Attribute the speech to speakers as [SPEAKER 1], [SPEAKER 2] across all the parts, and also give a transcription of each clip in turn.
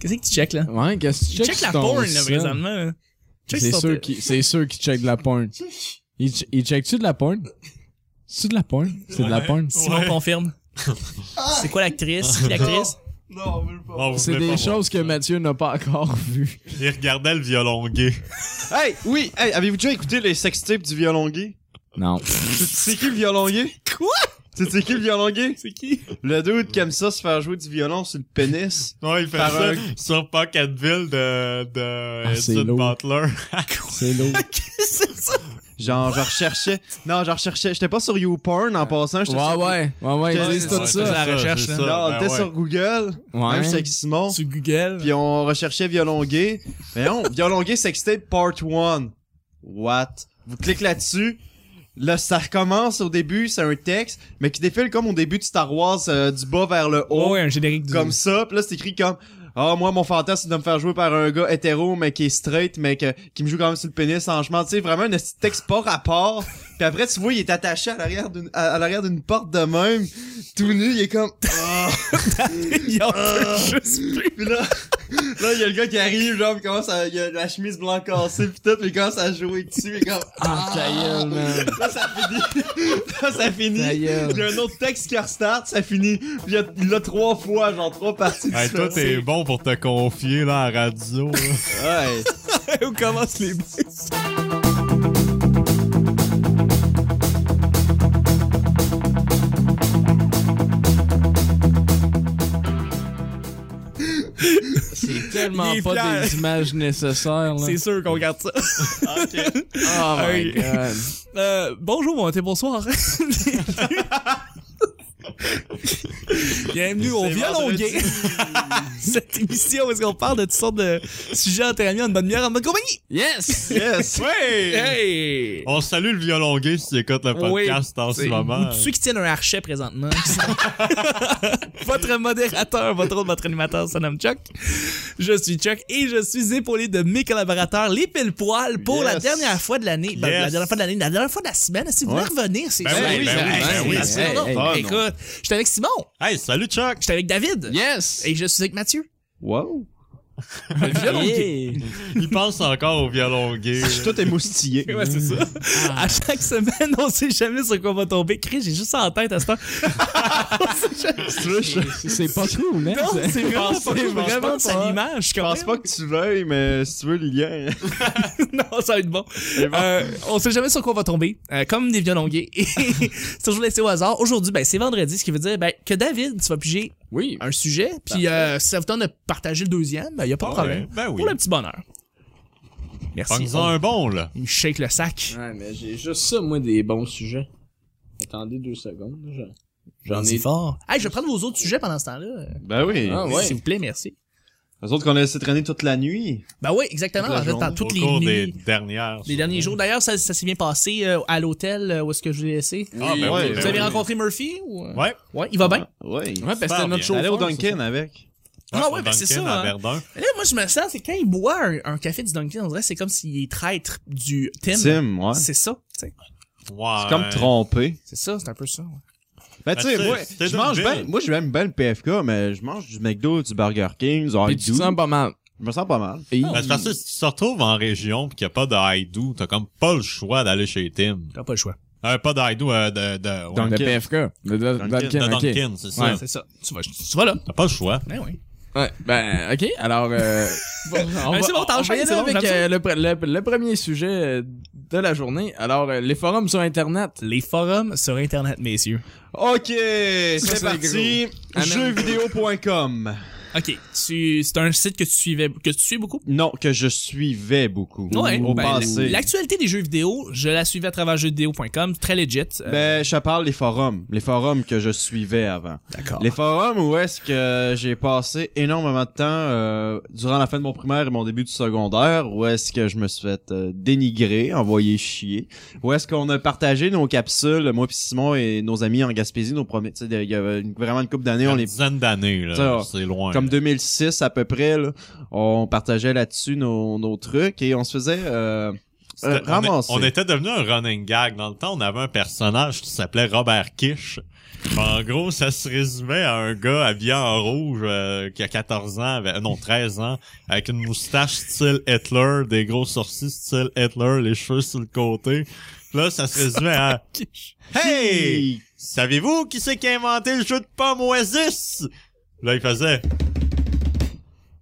[SPEAKER 1] Qu'est-ce que tu check là?
[SPEAKER 2] Ouais, qu'est-ce que
[SPEAKER 1] Tu
[SPEAKER 2] tu checkes
[SPEAKER 1] check la
[SPEAKER 2] sur ton
[SPEAKER 1] porn, là,
[SPEAKER 2] sel?
[SPEAKER 1] présentement. hein. Check
[SPEAKER 2] C'est
[SPEAKER 1] sur
[SPEAKER 2] sûr
[SPEAKER 1] ton-
[SPEAKER 2] qu'il- c'est sûr qu'ils checkent de la porn. Ils che- ils checkent-tu de la porn? C'est de la porn? C'est de la
[SPEAKER 3] Ouais.
[SPEAKER 2] porn.
[SPEAKER 1] Simon
[SPEAKER 3] Ouais.
[SPEAKER 1] confirme. C'est quoi l'actrice? L'actrice?
[SPEAKER 4] Non, on veut pas.
[SPEAKER 3] Ah, vous
[SPEAKER 2] C'est
[SPEAKER 3] voulez pas
[SPEAKER 2] des
[SPEAKER 3] voir
[SPEAKER 2] choses que
[SPEAKER 3] ça.
[SPEAKER 2] Mathieu n'a pas encore vues.
[SPEAKER 3] Il regardait le violon gay.
[SPEAKER 4] Hey, oui, hey, avez-vous déjà écouté les sextapes du violon gay?
[SPEAKER 2] Non.
[SPEAKER 4] Tu sais qui le violon gay?
[SPEAKER 1] Quoi?
[SPEAKER 4] Tu sais qui le violon gay?
[SPEAKER 1] C'est qui?
[SPEAKER 4] Le dude qui aime ça se faire jouer du violon sur le pénis.
[SPEAKER 3] Non, il fait
[SPEAKER 4] Par
[SPEAKER 3] ça
[SPEAKER 4] un-
[SPEAKER 3] sur Pocketville de, de
[SPEAKER 2] Ah, c'est
[SPEAKER 3] Edson
[SPEAKER 2] lourd.
[SPEAKER 3] Butler.
[SPEAKER 2] C'est lourd.
[SPEAKER 1] c'est ça?
[SPEAKER 4] Genre, je recherchais. Non, je recherchais. J'étais pas sur YouPorn en passant. J'étais
[SPEAKER 2] Ouais,
[SPEAKER 4] sur...
[SPEAKER 2] ouais. Ouais, ouais. Ils
[SPEAKER 4] Ouais,
[SPEAKER 2] disent
[SPEAKER 4] ouais,
[SPEAKER 2] tout
[SPEAKER 1] c'est
[SPEAKER 2] ça.
[SPEAKER 1] la recherche,
[SPEAKER 3] c'est
[SPEAKER 1] là.
[SPEAKER 3] ça,
[SPEAKER 4] Là, on
[SPEAKER 3] ben
[SPEAKER 4] était
[SPEAKER 3] ouais.
[SPEAKER 4] sur Google. Même
[SPEAKER 2] Ouais.
[SPEAKER 4] sexy Simon.
[SPEAKER 1] Sur Google.
[SPEAKER 4] Puis on recherchait violon gay. Mais on, violon gay sextape part 1. What? Vous cliquez là-dessus. Là, ça recommence au début, c'est un texte, mais qui défile comme au début de Star Wars, euh, du bas vers le haut.
[SPEAKER 1] Oh, ouais, un générique du...
[SPEAKER 4] comme ça, pis là c'est écrit comme ah moi mon fantasme c'est de me faire jouer par un gars hétéro mais qui est straight mais que- qui me joue quand même sur le pénis en chemin, tu sais vraiment un esti de texte pas rapport. Puis après tu vois il est attaché à l'arrière d'une à, à l'arrière d'une porte de même, tout nu, il est comme Ah!
[SPEAKER 1] Il en peut juste plus.
[SPEAKER 4] Puis là là il y a le gars qui arrive genre pis commence à il y a la chemise blanc cassée pis tout, pis il commence à jouer dessus, il est comme
[SPEAKER 2] Ah, ta gueule, man.
[SPEAKER 4] là ça finit. là ça finit.
[SPEAKER 2] Ta
[SPEAKER 4] Il
[SPEAKER 2] gueule.
[SPEAKER 4] y a un autre texte qui restart, ça finit. Puis il y a- il l'a trois fois, genre trois parties.
[SPEAKER 3] Hey, toi, t'es bon pour te confier, là, en radio, là.
[SPEAKER 4] Ouais.
[SPEAKER 1] Où commencent les boys?
[SPEAKER 2] C'est tellement
[SPEAKER 1] Il est
[SPEAKER 2] pas
[SPEAKER 1] fier.
[SPEAKER 2] des images nécessaires, là.
[SPEAKER 1] C'est sûr qu'on regarde ça.
[SPEAKER 2] Oh my
[SPEAKER 1] Hey.
[SPEAKER 2] god.
[SPEAKER 1] Euh, bonjour, bon été, bonsoir. Bienvenue au
[SPEAKER 4] C'est
[SPEAKER 1] violon
[SPEAKER 4] vendredi.
[SPEAKER 1] gay. Cette émission où est-ce qu'on parle de toutes sortes de sujets entre amis, en bonne lumière, en bonne compagnie.
[SPEAKER 2] Yes!
[SPEAKER 4] Yes!
[SPEAKER 3] Ouais!
[SPEAKER 1] Hey!
[SPEAKER 3] On salue le violon gay si tu écoutes le
[SPEAKER 1] Oui,
[SPEAKER 3] podcast en ce
[SPEAKER 1] c'est-
[SPEAKER 3] moment. hein.
[SPEAKER 1] Ou tous ceux qui tiennent un archet présentement. votre modérateur, votre autre, votre animateur, son nom Chuck. Je suis Chuck et je suis épaulé de mes collaborateurs, les pile poils, pour la
[SPEAKER 4] Yes.
[SPEAKER 1] dernière fois de l'année. Ben,
[SPEAKER 3] Yes.
[SPEAKER 1] la dernière fois de l'année, la dernière fois de la semaine. Si vous voulez
[SPEAKER 4] Ouais.
[SPEAKER 1] revenir, c'est
[SPEAKER 3] Ben
[SPEAKER 1] sûr.
[SPEAKER 3] oui, ben oui, ben
[SPEAKER 1] c'est-
[SPEAKER 3] oui.
[SPEAKER 1] c'est- c'est-
[SPEAKER 2] Hey,
[SPEAKER 1] non,
[SPEAKER 2] hey,
[SPEAKER 1] non.
[SPEAKER 4] hey.
[SPEAKER 1] Écoute, j'étais avec Simon,
[SPEAKER 3] Hey, salut Chuck!
[SPEAKER 1] j'étais avec David
[SPEAKER 2] Yes!
[SPEAKER 1] et je suis avec Mathieu.
[SPEAKER 4] Wow!
[SPEAKER 1] violon
[SPEAKER 3] Il pense encore au violon gay.
[SPEAKER 4] Je suis tout émoustillé.
[SPEAKER 1] Ouais, c'est ça. À chaque semaine, on sait jamais sur quoi on va tomber. Chris, j'ai juste ça en tête à ce temps.
[SPEAKER 2] C'est- C'est pas cool, hein?
[SPEAKER 1] Non,
[SPEAKER 2] C'est-
[SPEAKER 1] c'est vraiment
[SPEAKER 4] pense
[SPEAKER 1] pas
[SPEAKER 4] pas, je
[SPEAKER 1] cool.
[SPEAKER 4] pense
[SPEAKER 1] Je
[SPEAKER 4] pas.
[SPEAKER 1] pense à l'image.
[SPEAKER 4] Je pense pas que tu veuilles, mais si tu veux le lien.
[SPEAKER 1] Non, ça va être bon.
[SPEAKER 4] C'est bon.
[SPEAKER 1] Euh, on sait jamais sur quoi on va tomber, euh, comme des violons gays. Et c'est toujours laissé au hasard. Aujourd'hui, ben, c'est vendredi, ce qui veut dire ben, que David, tu vas piger
[SPEAKER 2] Oui.
[SPEAKER 1] un sujet, puis euh, si ça vous tente de partager le deuxième, il ben, y a pas de problème.
[SPEAKER 3] Ouais, Ben oui.
[SPEAKER 1] Pour le petit bonheur. Merci.
[SPEAKER 3] Prends-en un bon, là.
[SPEAKER 1] Il me shake le sac.
[SPEAKER 2] Ouais, mais j'ai juste ça, moi, des bons sujets. Attendez deux secondes. je- J'en
[SPEAKER 1] C'est
[SPEAKER 2] ai.
[SPEAKER 1] fort. Hey, je vais prendre vos autres sujets pendant ce temps-là.
[SPEAKER 4] Ben oui.
[SPEAKER 2] Ah ouais.
[SPEAKER 1] S'il vous plaît, merci.
[SPEAKER 4] Les autres qu'on a laissé traîner toute la nuit.
[SPEAKER 1] Ben oui, exactement.
[SPEAKER 4] Toute la
[SPEAKER 1] En fait, dans
[SPEAKER 4] journée,
[SPEAKER 1] toutes
[SPEAKER 3] au
[SPEAKER 1] les
[SPEAKER 3] cours
[SPEAKER 1] nuits,
[SPEAKER 3] des dernières.
[SPEAKER 1] les derniers jours. D'ailleurs, ça, ça s'est bien passé euh, à l'hôtel euh, où est-ce que je l'ai laissé.
[SPEAKER 3] Ah, ben
[SPEAKER 4] Ouais,
[SPEAKER 3] oui, ben
[SPEAKER 1] Vous avez
[SPEAKER 3] oui.
[SPEAKER 1] rencontré Murphy? Ou... euh?
[SPEAKER 3] Ouais.
[SPEAKER 1] Ouais, il va bien?
[SPEAKER 4] Ah, Ouais.
[SPEAKER 2] Ouais, parce que
[SPEAKER 3] Super
[SPEAKER 2] c'était notre
[SPEAKER 3] bien.
[SPEAKER 2] chauffeur.
[SPEAKER 4] Allez au Duncan avec.
[SPEAKER 1] Ah
[SPEAKER 3] au
[SPEAKER 1] ouais, ben c'est
[SPEAKER 3] Dunkin'
[SPEAKER 1] ça,
[SPEAKER 3] à
[SPEAKER 1] hein.
[SPEAKER 3] Verdun.
[SPEAKER 1] Mais Là, moi, je me sens, c'est quand il boit un, un café du Dunkin', on dirait, c'est comme s'il est traître du Tim.
[SPEAKER 4] Tim, ouais.
[SPEAKER 1] C'est
[SPEAKER 4] C'est
[SPEAKER 1] ça, tu sais.
[SPEAKER 3] Ouais.
[SPEAKER 4] comme trompé.
[SPEAKER 1] C'est ça, c'est un peu ça. ouais.
[SPEAKER 4] Ben, tu sais,
[SPEAKER 3] Ben,
[SPEAKER 4] moi,
[SPEAKER 3] c'est- c'est
[SPEAKER 4] je
[SPEAKER 3] une
[SPEAKER 4] mange
[SPEAKER 3] ville.
[SPEAKER 4] bien, moi, j'aime bien le PFK, mais je mange du McDo, du Burger King, du
[SPEAKER 2] Puis tu
[SPEAKER 4] Haidu.
[SPEAKER 2] te sens pas mal.
[SPEAKER 4] Je me sens pas mal.
[SPEAKER 2] Et-
[SPEAKER 3] Ben, c'est parce que si tu te retrouves en région pis qu'il n'y a pas de haïdou, t'as comme pas le choix d'aller chez Tim.
[SPEAKER 1] T'as pas le choix.
[SPEAKER 3] Euh, pas de haïdou, euh, de, de, ouais,
[SPEAKER 2] Donc,
[SPEAKER 4] Duncan.
[SPEAKER 2] de PFK. De, de-
[SPEAKER 4] Duncan.
[SPEAKER 3] de
[SPEAKER 2] Duncan, ok.
[SPEAKER 3] Dunkin', c'est ça.
[SPEAKER 2] Ouais.
[SPEAKER 1] C'est ça. Tu vas, tu vas là.
[SPEAKER 3] T'as pas le choix.
[SPEAKER 1] Ben oui.
[SPEAKER 2] Ouais, ben, ok. Alors, euh, bon, on
[SPEAKER 1] Ben,
[SPEAKER 2] va-
[SPEAKER 1] c'est bon, t'as
[SPEAKER 2] on
[SPEAKER 1] enchaîné,
[SPEAKER 2] va y aller
[SPEAKER 1] c'est bon,
[SPEAKER 2] avec
[SPEAKER 1] j'aime
[SPEAKER 2] euh, le, pre- le- le premier sujet euh, de la journée. Alors, euh, les forums sur Internet.
[SPEAKER 1] euh, Les forums sur Internet, messieurs.
[SPEAKER 4] Ok, c'est
[SPEAKER 2] c'est
[SPEAKER 4] parti.
[SPEAKER 2] Ah, non.
[SPEAKER 4] Jeuxvideo.com.
[SPEAKER 1] OK. Tu, c'est un site que tu suivais, que tu suis beaucoup?
[SPEAKER 4] Non, que je suivais beaucoup.
[SPEAKER 1] Ouais.
[SPEAKER 4] Au
[SPEAKER 1] Ben,
[SPEAKER 4] passé.
[SPEAKER 1] L'actualité des jeux vidéo, je la suivais à travers jeuxvideo.com. Très legit. Euh,
[SPEAKER 4] Ben, je te parle des forums. Les forums que je suivais avant.
[SPEAKER 1] D'accord.
[SPEAKER 4] Les forums où est-ce que j'ai passé énormément de temps euh, durant la fin de mon primaire et mon début du secondaire, où est-ce que je me suis fait euh, dénigrer, envoyer chier, où est-ce qu'on a partagé nos capsules, moi pis Simon et nos amis en Gaspésie, nos premiers, tu sais, il y avait une- vraiment une couple d'années, on
[SPEAKER 3] Une
[SPEAKER 4] les
[SPEAKER 3] dizaine d'années, là.
[SPEAKER 4] Ça,
[SPEAKER 3] C'est loin.
[SPEAKER 4] comme 2006 à peu près, là, on partageait là-dessus nos, nos trucs et on se faisait euh, Euh,
[SPEAKER 3] C'était- on, est-
[SPEAKER 4] ramasser.
[SPEAKER 3] on était devenu un running gag. Dans le temps, on avait un personnage qui s'appelait Robert Kish. En gros, ça se résumait à un gars habillé en rouge euh, qui a 14 ans, avec- non 13 ans, avec une moustache style Hitler, des gros sourcils style Hitler, les cheveux sur le côté. Puis Là, ça se résumait à Hey! Savez-vous qui c'est qui a inventé le jeu de pomme Oasis? Là, il faisait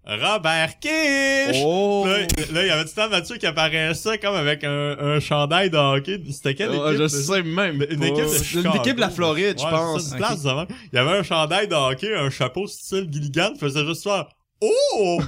[SPEAKER 3] Robert Kish!
[SPEAKER 4] Oh!
[SPEAKER 3] Là, là, il y avait du temps Mathieu qui apparaissait comme avec un, un chandail de hockey. C'était quelle
[SPEAKER 4] Ah,
[SPEAKER 3] équipe?
[SPEAKER 4] je sais même.
[SPEAKER 3] Une
[SPEAKER 4] pas.
[SPEAKER 3] équipe de
[SPEAKER 4] Une
[SPEAKER 3] Chicago.
[SPEAKER 4] équipe de la Floride, je
[SPEAKER 3] Ouais,
[SPEAKER 4] pense.
[SPEAKER 3] c'est ça, une place de même. Il y avait un chandail de hockey, un chapeau style Gilligan, il faisait juste faire Oh!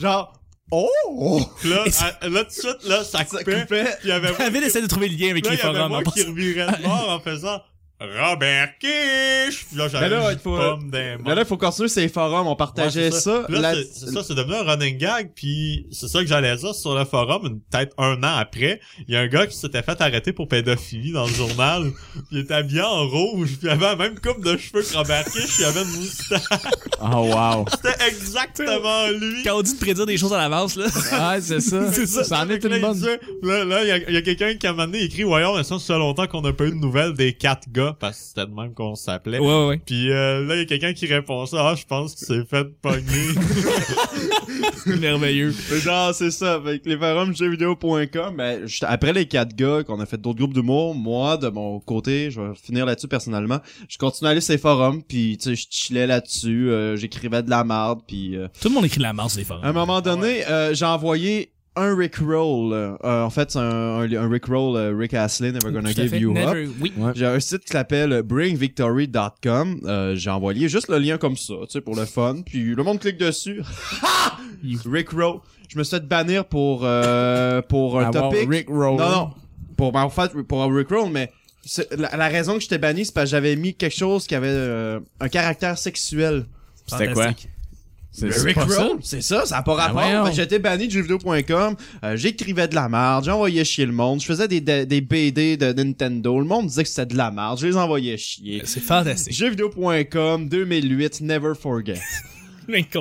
[SPEAKER 3] Genre Oh! Puis Là, à- là, tout de suite, là, ça
[SPEAKER 4] Ça
[SPEAKER 3] coupait. Puis
[SPEAKER 4] coupait.
[SPEAKER 3] il y avait moi,
[SPEAKER 1] David essaie de trouver le lien avec
[SPEAKER 3] là,
[SPEAKER 1] les
[SPEAKER 3] il y avait
[SPEAKER 1] forums.
[SPEAKER 3] moi
[SPEAKER 1] en
[SPEAKER 3] qui
[SPEAKER 1] passant.
[SPEAKER 3] revirait de mort en faisant Robert Kish! Puis là, j'avais
[SPEAKER 4] Mais là,
[SPEAKER 3] une
[SPEAKER 4] il faut-
[SPEAKER 3] pomme d'un
[SPEAKER 4] Mais là, il faut continuer ces forums. On partageait
[SPEAKER 3] Ouais, c'est
[SPEAKER 4] ça.
[SPEAKER 3] Puis Là,
[SPEAKER 4] La-
[SPEAKER 3] c'est- c'est ça, c'est devenu un running gag, puis c'est ça que j'allais dire sur le forum, une- peut-être un an après, il y a un gars qui s'était fait arrêter pour pédophilie dans le journal, puis il était habillé en rouge, puis il avait la même coupe de cheveux que Robert Kish, il avait une moustache,
[SPEAKER 2] Oh, wow.
[SPEAKER 3] c'était exactement lui!
[SPEAKER 1] Quand on dit de prédire des choses à l'avance, là.
[SPEAKER 2] Ah, c'est ça.
[SPEAKER 1] C'est ça.
[SPEAKER 2] Ça en est
[SPEAKER 3] Fait que là,
[SPEAKER 2] une
[SPEAKER 3] il
[SPEAKER 2] bonne.
[SPEAKER 3] disait- Là, là, il y a, il y a quelqu'un qui a donné écrit, voyons, mais ça, ça fait longtemps qu'on n'a pas eu de nouvelles des quatre gars, parce que c'était de même qu'on s'appelait.
[SPEAKER 1] ouais, ouais.
[SPEAKER 3] Puis euh, là, il y a quelqu'un qui répond ça, ah, je pense qu'il s'est fait pogner.
[SPEAKER 1] Merveilleux.
[SPEAKER 4] Mais Genre, c'est ça, avec les forums jeuxvideo.com. Ben, juste après les quatre gars qu'on a fait d'autres groupes d'humour, moi, de mon côté, je vais finir là-dessus personnellement, je continuais à aller sur les forums, puis tu sais, je chillais là-dessus, euh, j'écrivais de la marde, puis euh,
[SPEAKER 1] Tout le monde écrit de la marge des
[SPEAKER 4] à un
[SPEAKER 1] forums.
[SPEAKER 4] moment donné,
[SPEAKER 1] Ah
[SPEAKER 4] euh, j'ai envoyé un Rickroll. euh, euh, en fait, c'est un, un, un Rickroll, euh, Rick Astley, Never Gonna
[SPEAKER 1] Tout à
[SPEAKER 4] Give
[SPEAKER 1] fait.
[SPEAKER 4] You Up.
[SPEAKER 1] Never- Oui.
[SPEAKER 2] Ouais.
[SPEAKER 4] J'ai un site qui s'appelle bringvictory.com. Euh, j'ai envoyé juste le lien comme ça, tu sais, pour le fun. Puis le monde clique dessus. Ha! Rick Rowe. Je me suis fait bannir pour, euh, pour un
[SPEAKER 2] Avoir
[SPEAKER 4] topic.
[SPEAKER 2] Rick Roll.
[SPEAKER 4] Non, non. Pour, en fait, pour un Rick Roll, mais c'est- la, la raison que j'étais banni, c'est parce que j'avais mis quelque chose qui avait euh, un caractère sexuel.
[SPEAKER 2] C'était quoi?
[SPEAKER 1] Fantastique.
[SPEAKER 2] C'est
[SPEAKER 4] Le
[SPEAKER 2] c'est
[SPEAKER 4] Rick
[SPEAKER 2] pas ça? Ben
[SPEAKER 4] Roll, c'est ça, ça n'a pas rapport.
[SPEAKER 2] voyons.
[SPEAKER 4] Fait que J'étais banni de jeuxvideo.com, euh, j'écrivais de la merde, j'envoyais chier le monde, je faisais des, des, des BD de Nintendo, le monde disait que c'était de la merde, je les envoyais chier.
[SPEAKER 1] C'est fantastique.
[SPEAKER 4] Jeuxvideo.com 2008, never forget.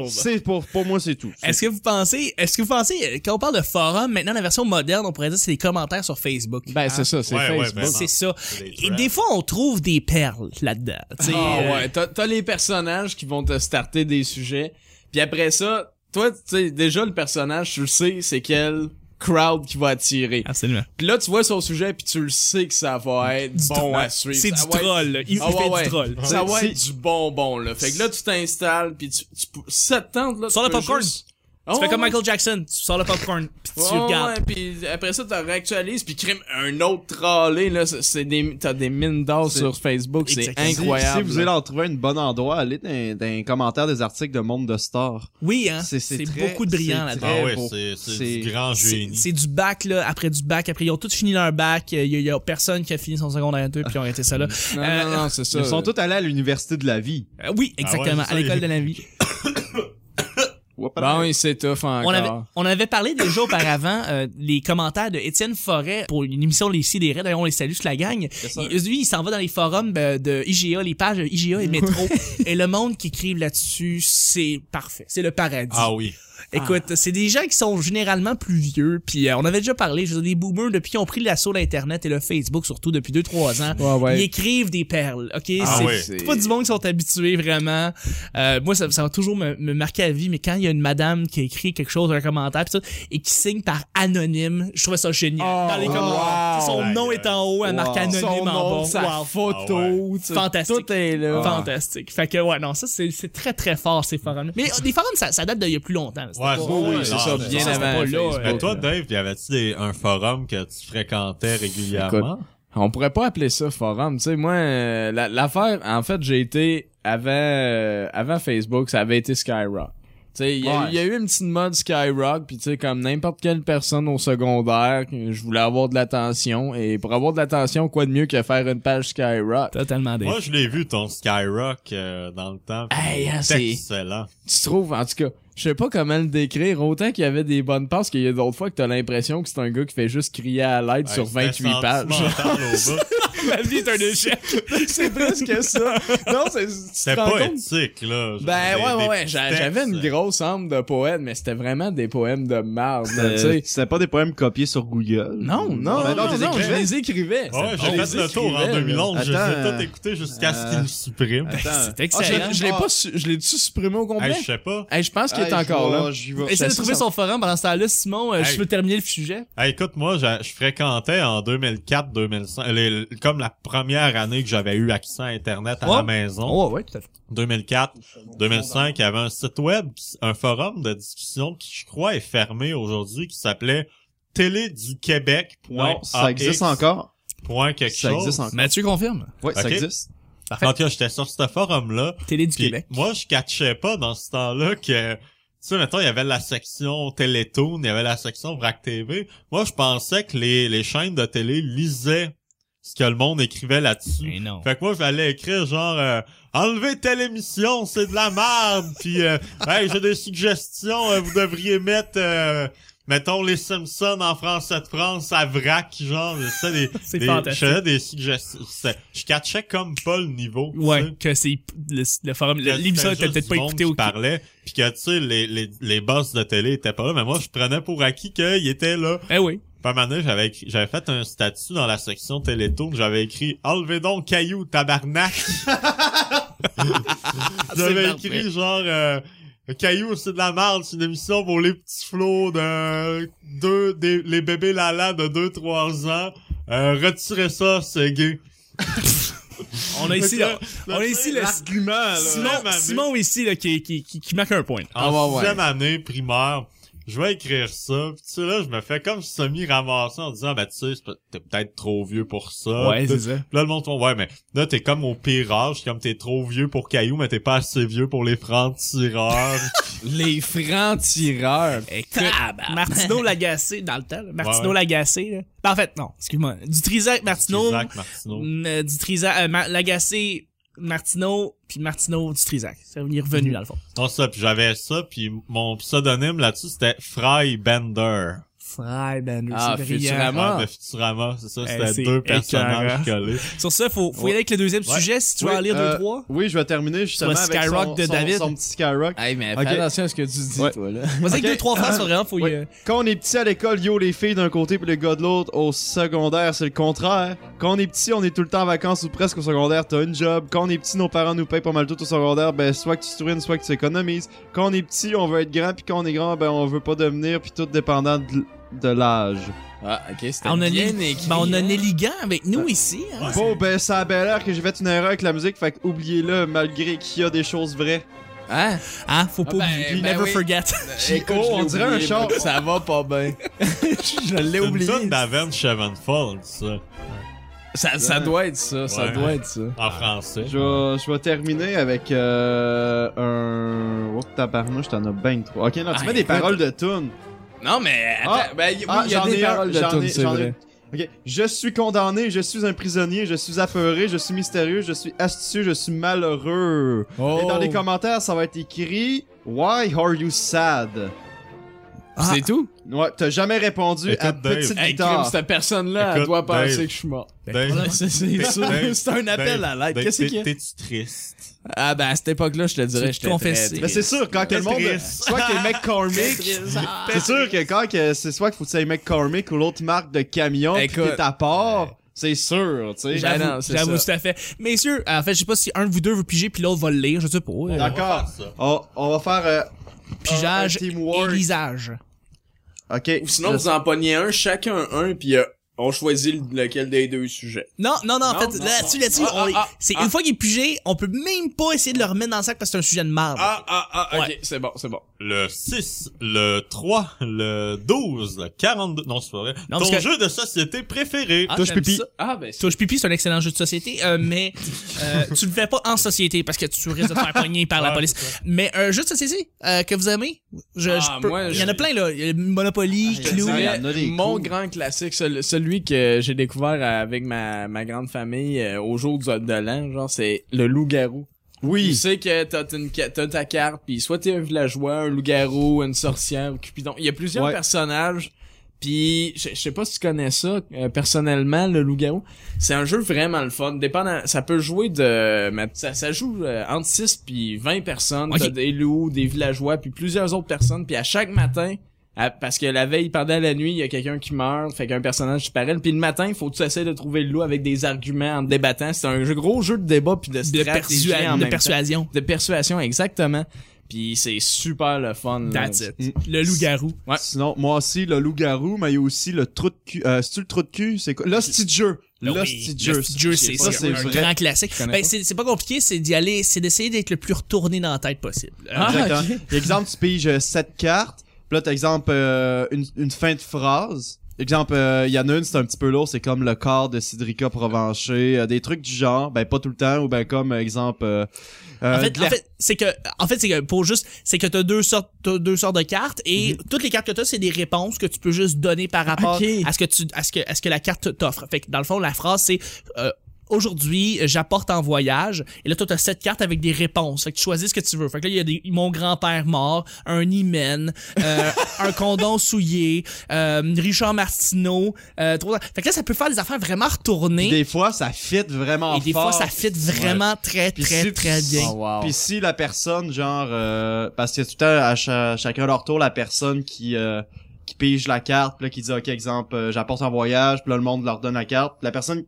[SPEAKER 4] c'est pour, pour moi, c'est tout.
[SPEAKER 1] Est-ce que vous pensez, est-ce que vous pensez, euh, quand on parle de forum, maintenant la version moderne, on pourrait dire c'est les commentaires sur Facebook.
[SPEAKER 2] Ben, c'est ça, c'est
[SPEAKER 3] Ouais, ouais,
[SPEAKER 2] Facebook.
[SPEAKER 3] ben,
[SPEAKER 1] C'est ça.
[SPEAKER 3] C'est des
[SPEAKER 1] Et
[SPEAKER 3] threads.
[SPEAKER 1] des fois, on trouve des perles là-dedans. tu sais,
[SPEAKER 2] Ah
[SPEAKER 1] euh,
[SPEAKER 2] ouais, t'as, t'as les personnages qui vont te starter des sujets. Puis après ça, toi, tu sais, déjà le personnage, tu le sais, c'est quel crowd qui va attirer.
[SPEAKER 1] Absolument.
[SPEAKER 2] Puis là, tu vois son sujet, puis tu le sais que ça va être bon
[SPEAKER 1] tro-
[SPEAKER 2] à suivre.
[SPEAKER 1] C'est
[SPEAKER 2] Ça
[SPEAKER 1] du
[SPEAKER 2] va être-
[SPEAKER 1] troll, là. Il
[SPEAKER 2] Ah
[SPEAKER 1] fait
[SPEAKER 2] ouais,
[SPEAKER 1] du
[SPEAKER 2] ouais.
[SPEAKER 1] troll.
[SPEAKER 2] Ça va
[SPEAKER 4] C'est-
[SPEAKER 2] être du bonbon, là. Fait que là, tu t'installes, puis tu, tu, peux- cette tente, là,
[SPEAKER 1] Sors
[SPEAKER 2] tu
[SPEAKER 1] le
[SPEAKER 2] peux
[SPEAKER 1] popcorn.
[SPEAKER 2] juste-
[SPEAKER 1] Tu
[SPEAKER 2] Ah
[SPEAKER 1] fais comme
[SPEAKER 2] ouais.
[SPEAKER 1] Michael Jackson, tu sors le popcorn, puis tu
[SPEAKER 2] Ouais,
[SPEAKER 1] regardes.
[SPEAKER 2] ouais, puis après ça, tu réactualises, puis crime un autre trollé, là, c'est- c'est des, t'as des mines d'or
[SPEAKER 4] C'est-
[SPEAKER 2] sur Facebook, c'est
[SPEAKER 1] Exactement.
[SPEAKER 2] incroyable.
[SPEAKER 4] Si, si vous allez en trouver un bon endroit, allez dans, dans les commentaires des articles de Monde de Star.
[SPEAKER 1] Oui, hein.
[SPEAKER 4] C'est- c'est
[SPEAKER 1] C'est
[SPEAKER 4] très-
[SPEAKER 1] beaucoup de brillant
[SPEAKER 4] c'est
[SPEAKER 1] là-dedans.
[SPEAKER 3] Ah
[SPEAKER 4] Très
[SPEAKER 3] ouais,
[SPEAKER 4] beau.
[SPEAKER 3] c'est- c'est
[SPEAKER 4] C'est-
[SPEAKER 3] du grand
[SPEAKER 1] C'est
[SPEAKER 3] génie.
[SPEAKER 1] c'est du bac, là, après du bac. Après, ils ont tous fini leur bac. Il y, a- y a personne qui a fini son secondaire 2 puis ils ont arrêté ça là.
[SPEAKER 2] Non,
[SPEAKER 1] Euh,
[SPEAKER 2] non, non, c'est ça.
[SPEAKER 4] Ils sont tous allés à l'université de la vie.
[SPEAKER 1] Euh, oui, exactement,
[SPEAKER 3] c'est ça,
[SPEAKER 1] à l'école
[SPEAKER 3] il-
[SPEAKER 1] de la vie.
[SPEAKER 2] Bon, ils s'étoffent encore.
[SPEAKER 1] On avait, on avait parlé déjà auparavant euh, les commentaires de Étienne Forêt pour une émission Les Sidérés. D'ailleurs, on les salue sur la gang.
[SPEAKER 4] sûr.
[SPEAKER 1] Il- lui, il s'en va dans les forums ben, de IGA, les pages IGA et Métro. et le monde qui écrivent là-dessus, c'est parfait. C'est le paradis.
[SPEAKER 3] Ah oui.
[SPEAKER 1] Écoute, c'est des gens qui sont généralement plus vieux. Puis euh, on avait déjà parlé, je veux dire, les boomers, depuis qu'ils ont pris l'assaut d'Internet et le Facebook, surtout depuis 2-3 ans,
[SPEAKER 2] Ouais, ouais.
[SPEAKER 1] ils écrivent des perles, OK?
[SPEAKER 3] Ah
[SPEAKER 1] c'est
[SPEAKER 3] ouais.
[SPEAKER 1] c'est pas du monde qui sont habitués, vraiment. Euh, moi, ça, ça va toujours me, me marquer à vie, mais quand il y a une madame qui a écrit quelque chose, un commentaire, pis ça, et qui signe par anonyme, je trouvais ça génial.
[SPEAKER 2] Oh,
[SPEAKER 1] Dans les
[SPEAKER 2] wow.
[SPEAKER 1] commentaires, son
[SPEAKER 3] Aïe,
[SPEAKER 1] nom
[SPEAKER 3] aïe.
[SPEAKER 1] est en haut, elle marque anonyme
[SPEAKER 2] Son
[SPEAKER 1] en
[SPEAKER 2] nom,
[SPEAKER 1] bas.
[SPEAKER 2] sa
[SPEAKER 1] Wow.
[SPEAKER 2] photo,
[SPEAKER 3] Ah
[SPEAKER 2] tu-
[SPEAKER 1] Fantastique. Ah.
[SPEAKER 2] tout est là.
[SPEAKER 1] Fantastique. Fait que, ouais, non, ça, c'est c'est très, très fort, ces forums Mais euh, les forums, ça, ça date d'il y a plus longtemps. là. C'était
[SPEAKER 3] Ouais,
[SPEAKER 1] pas-
[SPEAKER 3] oui,
[SPEAKER 2] oui, c'est
[SPEAKER 3] non,
[SPEAKER 2] ça,
[SPEAKER 3] c'est
[SPEAKER 2] bien
[SPEAKER 3] ça,
[SPEAKER 1] c'était
[SPEAKER 2] avant.
[SPEAKER 1] pas là,
[SPEAKER 2] Facebook,
[SPEAKER 3] Mais toi,
[SPEAKER 2] là. euh.
[SPEAKER 3] Dave, y avait-tu des- un forum que tu fréquentais régulièrement?
[SPEAKER 2] On pourrait pas appeler ça forum, tu sais. Moi, euh, la- l'affaire, en fait, j'ai été avant, euh, avant Facebook, ça avait été Skyrock. Tu sais, il y, a
[SPEAKER 4] Ouais.
[SPEAKER 2] eu- il y a eu une petite mode Skyrock, puis tu sais, comme n'importe quelle personne au secondaire, je voulais avoir de l'attention, et pour avoir de l'attention, quoi de mieux que faire une page Skyrock?
[SPEAKER 1] Totalement des.
[SPEAKER 3] Moi, je l'ai vu, ton Skyrock, euh, dans le temps. puis
[SPEAKER 2] Hey, hein,
[SPEAKER 3] c'est
[SPEAKER 2] c'est-
[SPEAKER 3] excellent.
[SPEAKER 2] Tu trouves, en tout cas, je sais pas comment le décrire, autant qu'il y avait des bonnes passes qu'il y a d'autres fois que t'as l'impression que c'est un gars qui fait juste crier à l'aide sur
[SPEAKER 3] Hey, c'était
[SPEAKER 2] 28 pages.
[SPEAKER 3] sentimental au bout.
[SPEAKER 1] Ma vie est un échec.
[SPEAKER 2] c'est presque ça. Non, c'est. tu te
[SPEAKER 3] C'était
[SPEAKER 2] rends
[SPEAKER 3] pas
[SPEAKER 2] compte?
[SPEAKER 3] éthique, là. Genre,
[SPEAKER 2] Ben
[SPEAKER 3] des- euh.
[SPEAKER 2] ouais, ouais,
[SPEAKER 3] des
[SPEAKER 2] ouais.
[SPEAKER 3] petits
[SPEAKER 2] j'a-
[SPEAKER 3] textes.
[SPEAKER 2] J'avais une grosse arme de poèmes, mais c'était vraiment des poèmes de marde, tu
[SPEAKER 4] Euh,
[SPEAKER 2] sais.
[SPEAKER 4] C'était pas des poèmes copiés sur Google.
[SPEAKER 2] Non, non,
[SPEAKER 4] Ben
[SPEAKER 2] non, non,
[SPEAKER 4] t'es
[SPEAKER 2] non, je
[SPEAKER 4] écrivais.
[SPEAKER 2] les écrivais.
[SPEAKER 3] Ouais,
[SPEAKER 2] Je
[SPEAKER 3] j'ai
[SPEAKER 2] les
[SPEAKER 3] fait le tour hein, en
[SPEAKER 2] écrivais, là.
[SPEAKER 3] 2011. Je les
[SPEAKER 4] Attends,
[SPEAKER 3] ai tous écoutés jusqu'à ce qu'ils
[SPEAKER 4] euh,
[SPEAKER 3] me suppriment.
[SPEAKER 4] Attends.
[SPEAKER 1] C'est
[SPEAKER 2] Ah, je
[SPEAKER 1] excellent.
[SPEAKER 2] l'ai- je l'ai pas su- je l'ai dessus supprimé au complet.
[SPEAKER 3] Hey, je sais pas.
[SPEAKER 2] Hey, je pense qu'il est
[SPEAKER 4] Ah,
[SPEAKER 2] encore
[SPEAKER 4] je
[SPEAKER 2] là.
[SPEAKER 4] vois, j'y vois.
[SPEAKER 1] Essaye de
[SPEAKER 2] ça,
[SPEAKER 1] trouver
[SPEAKER 2] ça-
[SPEAKER 1] son forum pendant ce temps-là, Simon. euh,
[SPEAKER 3] Hey.
[SPEAKER 1] Je peux terminer le sujet.
[SPEAKER 3] Hey, écoute, moi, je, je fréquentais en 2004-2005, les- les- comme la première année que j'avais eu accès à Internet à
[SPEAKER 1] Ouais.
[SPEAKER 3] la maison.
[SPEAKER 2] Oh,
[SPEAKER 1] ouais, tout à fait.
[SPEAKER 3] 2004, 2005, il y avait un site web, qui- un forum de discussion qui, je crois, est fermé aujourd'hui, qui s'appelait
[SPEAKER 4] Non,
[SPEAKER 3] téléduquebec.ax.
[SPEAKER 4] ça existe encore.
[SPEAKER 3] Point Ah, quelque
[SPEAKER 4] Ça
[SPEAKER 3] chose.
[SPEAKER 4] existe encore.
[SPEAKER 1] Mathieu confirme.
[SPEAKER 4] Ouais, ça
[SPEAKER 3] Ok.
[SPEAKER 4] existe.
[SPEAKER 3] En tout cas, j'étais sur ce forum-là.
[SPEAKER 1] Télé du
[SPEAKER 3] puis
[SPEAKER 1] Québec.
[SPEAKER 3] Moi, je catchais pas dans ce temps-là que... Tu sais, mettons, il y avait la section Télétoon, il y avait la section Vrac TV. Moi, je pensais que les, les chaînes de télé lisaient ce que le monde écrivait là-dessus.
[SPEAKER 1] Mais Eh non.
[SPEAKER 3] Fait que moi, j'allais écrire genre euh, Enlevez telle émission, c'est de la merde! » Puis euh, Hey, j'ai des suggestions, euh, vous devriez mettre... euh, Mettons les Simpsons en français de France à vrac, genre, ça, des,
[SPEAKER 1] C'est
[SPEAKER 3] des-
[SPEAKER 1] fantastique.
[SPEAKER 3] Je faisais des suggestions. c'était- Je catchais comme pas le niveau. tu sais.
[SPEAKER 1] Ouais, que c'est le, le forum.
[SPEAKER 3] Que
[SPEAKER 1] le- L'émission
[SPEAKER 3] c'était
[SPEAKER 1] était
[SPEAKER 3] juste
[SPEAKER 1] peut-être pas
[SPEAKER 3] du monde
[SPEAKER 1] écoutée
[SPEAKER 3] qui
[SPEAKER 1] au
[SPEAKER 3] parlait, puis que, tu sais, les, les, les boss de télé étaient pas là, mais moi, je prenais pour acquis qu'ils étaient là.
[SPEAKER 1] Eh oui.
[SPEAKER 3] Pas mané, j'avais écrit- j'avais fait un statut dans la section Télétoon, j'avais écrit Enlevez donc caillou tabarnak. j'avais
[SPEAKER 1] Ah, parfait.
[SPEAKER 3] écrit genre euh, Caillou c'est de la merde, c'est une émission pour les petits flots de deux des, les bébés lala de 2 3 ans. Euh, retirez ça, c'est gay. euh,
[SPEAKER 1] On a ici,
[SPEAKER 3] Fait
[SPEAKER 1] là,
[SPEAKER 3] que
[SPEAKER 1] on a ici le,
[SPEAKER 4] L'argument,
[SPEAKER 1] Simon, Simon ici, là, qui, qui, qui, qui marque un point.
[SPEAKER 3] en
[SPEAKER 2] Ah ouais, ouais.
[SPEAKER 3] sixième année primaire, je vais écrire ça. Puis tu sais, là, je me fais comme semi-ramasser en disant, ben tu sais, c'est peut- t'es peut-être trop vieux pour ça.
[SPEAKER 1] ouais, c'est
[SPEAKER 3] T'es-
[SPEAKER 1] ça.
[SPEAKER 3] Puis là, le monde font, ouais, mais là, t'es comme au pire âge, comme t'es trop vieux pour Caillou, mais t'es pas assez vieux pour les francs-tireurs.
[SPEAKER 2] Les francs tireurs.
[SPEAKER 1] Martino Lagacé, dans le temps, là. Martino
[SPEAKER 3] Ouais, ouais.
[SPEAKER 1] Lagacé, là. Ben, en fait, non, excuse-moi. Du Trisac, Martino.
[SPEAKER 3] Isaac Martineau.
[SPEAKER 1] Mm, euh, du Trisac, euh, Ma- Lagacé, Martino, puis Martino du Trisac. Ça on y est revenu, dans le fond.
[SPEAKER 3] Non, ça, puis j'avais ça, puis mon pseudonyme là-dessus, c'était Fry Bender.
[SPEAKER 1] Fry, ben,
[SPEAKER 2] Ah,
[SPEAKER 1] c'est brillant.
[SPEAKER 2] Futurama.
[SPEAKER 3] Ah, de Futurama, c'est ça,
[SPEAKER 1] Hey,
[SPEAKER 3] c'était
[SPEAKER 1] c'est
[SPEAKER 3] deux personnages
[SPEAKER 1] écœurant.
[SPEAKER 3] collés.
[SPEAKER 1] Sur ça, faut, faut y
[SPEAKER 4] Ouais.
[SPEAKER 1] aller avec le deuxième
[SPEAKER 3] Ouais.
[SPEAKER 1] sujet, si tu veux
[SPEAKER 4] Oui,
[SPEAKER 1] en lire
[SPEAKER 4] euh,
[SPEAKER 1] deux, trois.
[SPEAKER 4] Oui, je vais terminer justement
[SPEAKER 1] Soit
[SPEAKER 4] avec
[SPEAKER 1] Skyrock
[SPEAKER 4] son,
[SPEAKER 1] de
[SPEAKER 4] son-
[SPEAKER 1] David.
[SPEAKER 4] son petit Skyrock.
[SPEAKER 2] Hey, mais
[SPEAKER 4] Ok.
[SPEAKER 2] fais attention à ce que tu dis,
[SPEAKER 4] Ouais.
[SPEAKER 2] toi, là.
[SPEAKER 1] Vas-y avec
[SPEAKER 4] ok.
[SPEAKER 1] deux, trois phrases, vraiment, faut y,
[SPEAKER 4] Oui.
[SPEAKER 1] euh,
[SPEAKER 4] Quand on est petit à l'école, yo les filles d'un côté puis les gars de l'autre, au secondaire c'est le contraire. Quand on est petit, on est tout le temps en vacances ou presque au secondaire, t'as une job. Quand on est petit, nos parents nous payent pas mal tout au secondaire, ben soit que tu tournes, soit que tu économises. Quand on est petit, on veut être grand puis quand on est grand, ben on veut pas devenir puis tout dépendant de, l- de l'âge.
[SPEAKER 2] Ah, ok, c'était
[SPEAKER 1] Ah, on a
[SPEAKER 2] bien
[SPEAKER 1] une-
[SPEAKER 2] écrit.
[SPEAKER 1] ben, on a
[SPEAKER 2] hein.
[SPEAKER 1] Nelligan avec nous ici.
[SPEAKER 2] Ah,
[SPEAKER 1] Hein.
[SPEAKER 4] Bon ben ça a bel l'air que j'ai fait une erreur avec la musique, fait que oubliez-le malgré qu'il y a des choses vraies.
[SPEAKER 2] Hein?
[SPEAKER 1] Hein, faut pas
[SPEAKER 2] Ah, ben,
[SPEAKER 1] oublier.
[SPEAKER 2] ben
[SPEAKER 1] Never
[SPEAKER 2] oui.
[SPEAKER 1] forget.
[SPEAKER 2] Écoute,
[SPEAKER 4] Oh,
[SPEAKER 2] je
[SPEAKER 4] on
[SPEAKER 2] l'ai
[SPEAKER 4] dirait un
[SPEAKER 2] oublié,
[SPEAKER 4] char.
[SPEAKER 2] moi. Ça va pas bien. je l'ai
[SPEAKER 3] C'est une
[SPEAKER 2] oublié.
[SPEAKER 3] tonne d'Avenge Sevenfold, ça,
[SPEAKER 2] Ça, ça doit être ça, ça
[SPEAKER 3] Ouais.
[SPEAKER 2] doit être ça.
[SPEAKER 3] en français.
[SPEAKER 4] Je vais, je vais terminer avec euh, un... Oh tabarnouche, t'en as ben trop. Ok, non, tu
[SPEAKER 2] Ah,
[SPEAKER 4] mets des
[SPEAKER 2] écoute.
[SPEAKER 4] paroles de tunes.
[SPEAKER 2] Non, mais attends,
[SPEAKER 4] Ah,
[SPEAKER 2] ben, y-
[SPEAKER 4] ah,
[SPEAKER 2] oui, il y a
[SPEAKER 4] j'en ai
[SPEAKER 2] des
[SPEAKER 4] un,
[SPEAKER 2] paroles de
[SPEAKER 4] j'en ai-
[SPEAKER 2] tunes, c'est
[SPEAKER 4] j'en
[SPEAKER 2] vrai.
[SPEAKER 4] ai- Ok, je suis condamné, je suis un prisonnier, je suis apeuré, je suis mystérieux, je suis astucieux, je suis malheureux. Et
[SPEAKER 2] Oh.
[SPEAKER 4] dans les commentaires, ça va être écrit Why are you sad?
[SPEAKER 1] Ah.
[SPEAKER 2] C'est tout?
[SPEAKER 4] Ouais, t'as jamais répondu
[SPEAKER 3] Écoute,
[SPEAKER 4] à
[SPEAKER 3] Dave.
[SPEAKER 4] petite
[SPEAKER 2] Hey, crime,
[SPEAKER 4] guitare.
[SPEAKER 2] cette personne-là, elle
[SPEAKER 3] Écoute,
[SPEAKER 2] doit penser
[SPEAKER 3] Dave.
[SPEAKER 2] que je suis mort.
[SPEAKER 3] Dave,
[SPEAKER 1] voilà,
[SPEAKER 2] C'est c'est
[SPEAKER 3] Dave,
[SPEAKER 2] sûr.
[SPEAKER 3] Dave,
[SPEAKER 2] C'est un appel
[SPEAKER 3] Dave,
[SPEAKER 2] à l'aide.
[SPEAKER 3] Dave,
[SPEAKER 2] Qu'est-ce
[SPEAKER 3] Ben, t'es-
[SPEAKER 2] qu'il y a?
[SPEAKER 3] T'es-tu triste?
[SPEAKER 2] Ah, ben, à cette époque-là, je te dirais,
[SPEAKER 1] Tu
[SPEAKER 2] j'étais très
[SPEAKER 1] confesses-
[SPEAKER 2] triste.
[SPEAKER 4] Mais Ben, c'est sûr, quand que le monde.
[SPEAKER 3] Tetris.
[SPEAKER 4] Soit que t'es McCormick. c'est sûr que quand que c'est soit qu'il faut que tu ailles McCormick ou l'autre marque de camion, pis
[SPEAKER 2] Écoute.
[SPEAKER 4] t'es à part, c'est sûr, tu
[SPEAKER 2] J'avoue.
[SPEAKER 4] sais.
[SPEAKER 1] J'avoue,
[SPEAKER 2] Ben, non, c'est
[SPEAKER 1] j'avoue tout
[SPEAKER 2] ça.
[SPEAKER 1] à fait. Messieurs, en fait, je sais pas si un de vous deux veut piger puis l'autre va le lire, je sais pas. Euh,
[SPEAKER 4] D'accord. On, on va faire euh,
[SPEAKER 1] Pigeage
[SPEAKER 4] Un teamwork.
[SPEAKER 1] et lisage.
[SPEAKER 4] Ok.
[SPEAKER 2] Ou sinon, vous en pognez un, chacun un, puis euh, on choisit lequel des deux sujets.
[SPEAKER 1] Non, non, non, en
[SPEAKER 2] Non,
[SPEAKER 1] fait,
[SPEAKER 2] non,
[SPEAKER 1] là-dessus,
[SPEAKER 2] non.
[SPEAKER 1] là-dessus,
[SPEAKER 2] Ah,
[SPEAKER 1] on-
[SPEAKER 2] ah, ah,
[SPEAKER 1] c'est
[SPEAKER 2] ah.
[SPEAKER 1] une fois qu'il est pigé, on peut même pas essayer de le remettre dans le sac parce que c'est un sujet de marde.
[SPEAKER 2] Ah, ah, ah, ok,
[SPEAKER 1] Ouais.
[SPEAKER 2] c'est bon, c'est bon.
[SPEAKER 3] Le 6, le 3, le 12, le 42... Non, c'est pas vrai.
[SPEAKER 1] Non,
[SPEAKER 3] Ton
[SPEAKER 1] parce que-
[SPEAKER 3] jeu de société préféré.
[SPEAKER 1] Ah,
[SPEAKER 4] touche
[SPEAKER 1] j'aime
[SPEAKER 4] pipi.
[SPEAKER 1] ça.
[SPEAKER 2] Ah, ben, c'est
[SPEAKER 1] Touche pipi, c'est un excellent jeu de société, euh, mais euh, tu le fais pas en société parce que tu risques de te faire pogner par la
[SPEAKER 3] Ah,
[SPEAKER 1] police.
[SPEAKER 3] c'est ça.
[SPEAKER 1] Mais un jeu de société euh, que vous aimez, je,
[SPEAKER 2] Ah,
[SPEAKER 1] je peux-
[SPEAKER 2] moi,
[SPEAKER 1] il y en
[SPEAKER 2] je-
[SPEAKER 1] a plein là, Il y a Monopoly,
[SPEAKER 4] Ah, je
[SPEAKER 1] Clou.
[SPEAKER 4] sais,
[SPEAKER 2] dirais
[SPEAKER 4] il y en a des
[SPEAKER 2] mon
[SPEAKER 4] cool.
[SPEAKER 2] grand classique, cel- celui que j'ai découvert avec ma, ma grande famille euh, au jour du- de l'an, genre, c'est le loup-garou. Tu
[SPEAKER 4] Oui.
[SPEAKER 2] sais que t'as une ca- t'as ta carte, puis soit t'es un villageois, un loup-garou, une sorcière, un cupidon. Il y a plusieurs
[SPEAKER 4] Ouais.
[SPEAKER 2] personnages, Puis je, je sais pas si tu connais ça euh, personnellement le loup-garou, c'est un jeu vraiment le fun. Dépendant, ça peut jouer de mais ça, ça joue euh, entre 6 puis 20 personnes,
[SPEAKER 1] Ok.
[SPEAKER 2] t'as des loups, des villageois puis plusieurs autres personnes puis à chaque matin à- parce que la veille pendant la nuit, il y a quelqu'un qui meurt, fait qu'un personnage disparaît puis le matin, il faut que tu essaies de trouver le loup avec des arguments en te débattant, c'est un jeu, gros jeu de débat puis de
[SPEAKER 1] de,
[SPEAKER 2] stratégie
[SPEAKER 1] persua-
[SPEAKER 2] en
[SPEAKER 1] de
[SPEAKER 2] même temps.
[SPEAKER 1] persuasion.
[SPEAKER 2] de persuasion exactement. Puis c'est super le fun. là.
[SPEAKER 1] That's it.
[SPEAKER 4] Mm.
[SPEAKER 1] Le loup-garou.
[SPEAKER 2] Ouais.
[SPEAKER 4] Sinon, moi aussi, le loup-garou, mais il y a aussi le trou de cul. Euh, c'est-tu le trou de cul? C'est quoi? L'hostie de jeu. L'hostie de jeu.
[SPEAKER 1] Dieu, c'est
[SPEAKER 4] Ça,
[SPEAKER 1] c'est
[SPEAKER 4] c'est
[SPEAKER 1] un
[SPEAKER 4] vrai.
[SPEAKER 1] grand classique.
[SPEAKER 2] connais
[SPEAKER 1] Ben,
[SPEAKER 2] pas.
[SPEAKER 1] c'est c'est pas compliqué, c'est d'y aller, c'est d'essayer d'être le plus retourné dans la tête possible.
[SPEAKER 2] Ah,
[SPEAKER 4] Exactement.
[SPEAKER 2] ok.
[SPEAKER 4] Exemple, tu piges euh, sept cartes. Puis là, t'as exemple, euh, une, une fin de phrase. Exemple, euh, il y en a une, c'est un petit peu lourd, c'est comme le corps de Cédrica Provencher. euh, des trucs du genre, ben pas tout le temps, ou ben comme euh, exemple... euh, euh,
[SPEAKER 1] En fait,
[SPEAKER 4] de la-
[SPEAKER 1] en fait, c'est que, en fait, c'est que pour juste, c'est que t'as deux sortes, t'as deux sortes de cartes et
[SPEAKER 4] Mhm.
[SPEAKER 1] toutes les cartes que t'as, c'est des réponses que tu peux juste donner par rapport
[SPEAKER 2] Ok.
[SPEAKER 1] à ce que tu, à ce que, à ce que la carte t'offre. Fait que dans le fond, la phrase c'est. euh, Aujourd'hui, j'apporte en voyage. Et là, toi, t'as sept cartes avec des réponses. Fait que tu choisis ce que tu veux. Fait que là, il y a des, mon grand-père mort, un hymen, euh, un condom souillé, euh, Richard Martineau, euh, trois- Fait que là, ça peut faire des affaires vraiment retournées.
[SPEAKER 4] Des fois, ça fit vraiment
[SPEAKER 1] et des
[SPEAKER 4] fort.
[SPEAKER 1] fois, ça fit vraiment très,
[SPEAKER 4] Puis
[SPEAKER 1] très,
[SPEAKER 4] si-
[SPEAKER 1] très bien.
[SPEAKER 2] Oh, wow.
[SPEAKER 4] Puis si la personne, genre, euh, parce que tout le temps, à cha- chacun leur tour, la personne qui, euh, qui pige la carte, puis là, qui dit, OK, exemple, euh, j'apporte en voyage, puis là, le monde leur donne la carte. Puis la personne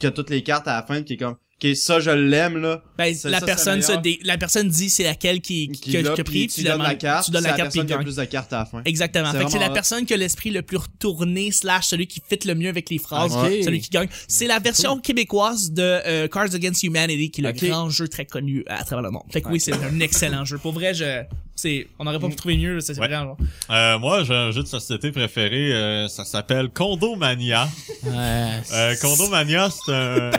[SPEAKER 4] qui a toutes les cartes à la fin, qui est comme, OK, ça, je l'aime, là.
[SPEAKER 1] Ben,
[SPEAKER 4] C'est-
[SPEAKER 1] la
[SPEAKER 4] ça, c'est
[SPEAKER 1] personne se
[SPEAKER 4] meilleur.
[SPEAKER 1] dé- la personne dit c'est laquelle qui, qui,
[SPEAKER 4] Qui
[SPEAKER 1] qui a-
[SPEAKER 4] l'a,
[SPEAKER 1] qui a
[SPEAKER 4] puis
[SPEAKER 1] pris,
[SPEAKER 4] tu donnes la carte,
[SPEAKER 1] tu donnes
[SPEAKER 4] c'est
[SPEAKER 1] la
[SPEAKER 4] la
[SPEAKER 1] carte puis
[SPEAKER 4] personne
[SPEAKER 1] il
[SPEAKER 4] qui a
[SPEAKER 1] gagne.
[SPEAKER 4] plus de cartes à la fin.
[SPEAKER 1] Exactement.
[SPEAKER 4] C'est
[SPEAKER 1] Fait que c'est la
[SPEAKER 4] vraiment hot.
[SPEAKER 1] personne qui a l'esprit le plus retourné slash celui qui fit le mieux avec les phrases,
[SPEAKER 2] Ok.
[SPEAKER 1] celui qui gagne. C'est la version québécoise de euh, Cards Against Humanity qui est le
[SPEAKER 2] Ok.
[SPEAKER 1] grand jeu très connu à travers le monde. Fait que oui, c'est un excellent jeu. Pour vrai, je c'est on n'aurait pas pu trouver mieux, c'est c'est
[SPEAKER 3] Ouais.
[SPEAKER 1] vraiment.
[SPEAKER 3] Euh, moi, j'ai un jeu de société préféré, euh, ça s'appelle Condomania. Euh, Condomania, c'est un...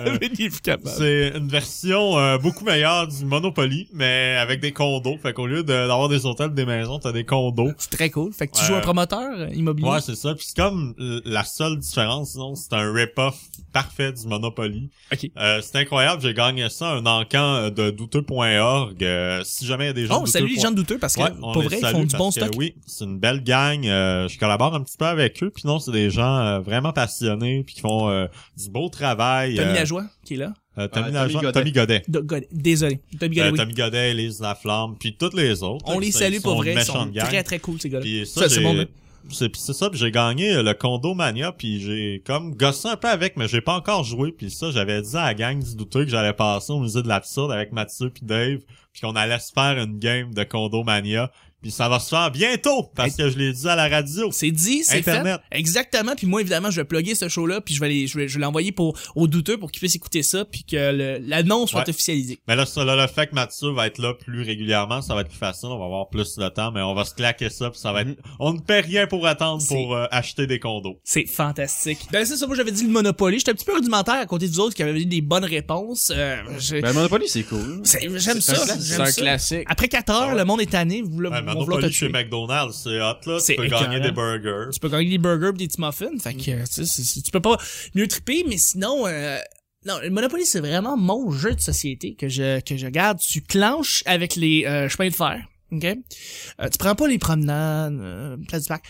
[SPEAKER 3] C'est une version euh, beaucoup meilleure du Monopoly, mais avec des condos. Fait qu'au lieu de- d'avoir des hôtels, des maisons, t'as des condos.
[SPEAKER 1] C'est très cool. Fait que tu
[SPEAKER 3] Ouais.
[SPEAKER 1] joues un promoteur euh, immobilier.
[SPEAKER 3] Ouais, c'est ça. Puis c'est comme l- la seule différence, sinon c'est un rip-off parfait du Monopoly.
[SPEAKER 1] Ok.
[SPEAKER 3] Euh, c'est incroyable, j'ai gagné ça un encan euh, de douteux.org. Euh, si jamais il y a des gens
[SPEAKER 1] oh,
[SPEAKER 3] de
[SPEAKER 1] salut
[SPEAKER 3] douteux
[SPEAKER 1] les
[SPEAKER 3] point-
[SPEAKER 1] gens douteux parce que
[SPEAKER 3] Ouais, on
[SPEAKER 1] pour
[SPEAKER 3] les
[SPEAKER 1] vrai, ils
[SPEAKER 3] salue
[SPEAKER 1] font du bon
[SPEAKER 3] parce que
[SPEAKER 1] stock.
[SPEAKER 3] oui, c'est une belle gang. euh, je collabore un petit peu avec eux. Puis non, c'est des gens euh, vraiment passionnés puis qui font euh, du beau travail.
[SPEAKER 1] Tommy
[SPEAKER 3] euh,
[SPEAKER 1] Lajoie qui est là.
[SPEAKER 3] euh, Tommy
[SPEAKER 4] Ouais,
[SPEAKER 3] Lajoie-
[SPEAKER 4] Tommy Godet.
[SPEAKER 3] Tommy Godet.
[SPEAKER 1] Do- God- Désolé. Tommy
[SPEAKER 3] Euh,
[SPEAKER 1] Galloway.
[SPEAKER 3] Tommy Godet, Elise Laflamme, puis toutes les autres.
[SPEAKER 1] On les
[SPEAKER 3] Ils
[SPEAKER 1] salue
[SPEAKER 3] sont
[SPEAKER 1] pour
[SPEAKER 3] une
[SPEAKER 1] vrai, ils sont
[SPEAKER 3] méchante gang.
[SPEAKER 1] très très cool ces gars-là.
[SPEAKER 3] Puis
[SPEAKER 1] Ça,
[SPEAKER 3] ça,
[SPEAKER 1] c'est
[SPEAKER 3] j'ai-
[SPEAKER 1] bon, hein?
[SPEAKER 3] c'est puis c'est ça, puis j'ai gagné euh, le Condomania, puis j'ai comme gossé un peu avec, mais j'ai pas encore joué. Puis ça, j'avais dit à la gang du douteux que j'allais passer au musée de l'absurde avec Mathieu puis Dave, puis qu'on allait se faire une game de Condomania. Puis ça va se faire bientôt, parce que je l'ai dit à la radio.
[SPEAKER 1] C'est dit, c'est fait.
[SPEAKER 3] Internet.
[SPEAKER 1] Exactement. Puis moi, évidemment, je vais plugger ce show-là, puis je vais les, je vais, je vais l'envoyer pour aux douteux pour qu'ils puissent écouter ça, puis que le- l'annonce soit
[SPEAKER 3] Ouais.
[SPEAKER 1] officialisée.
[SPEAKER 3] Mais là, ça, là, le fait que Mathieu va être là plus régulièrement, ça va être plus facile, on va avoir plus de temps, mais on va se claquer ça, puis ça va être... On ne paie rien pour attendre
[SPEAKER 1] Mm-hmm. C'est-
[SPEAKER 3] pour euh, acheter des condos.
[SPEAKER 1] C'est fantastique. Ben c'est ça, moi j'avais dit le Monopoly. J'étais un petit peu rudimentaire à côté des autres qui avaient dit des bonnes réponses. Euh, j'ai-
[SPEAKER 4] Ben, Monopoly, c'est cool.
[SPEAKER 1] c'est- J'aime
[SPEAKER 2] C'est
[SPEAKER 1] ça.
[SPEAKER 2] un cla- c'est
[SPEAKER 1] J'aime
[SPEAKER 2] un
[SPEAKER 1] ça.
[SPEAKER 2] classique.
[SPEAKER 1] Après 4 heures,
[SPEAKER 3] Ah ouais.
[SPEAKER 1] le monde est tanné. Vous voulez,
[SPEAKER 3] Ouais,
[SPEAKER 1] on voulait te
[SPEAKER 3] Monopoly chez
[SPEAKER 1] tuer.
[SPEAKER 3] McDonald's, c'est hot, là.
[SPEAKER 1] C'est
[SPEAKER 3] Tu peux
[SPEAKER 1] écœurant.
[SPEAKER 3] gagner des burgers.
[SPEAKER 1] Tu peux gagner des burgers pis des petits muffins. Fait que, euh, tu sais, c'est- c'est- tu peux pas mieux triper, mais sinon, euh, non, le Monopoly, c'est vraiment mon jeu de société que je, que je garde. Tu clenches avec les euh, chemins de fer. OK? Euh, tu prends pas les promenades, euh, place du parc.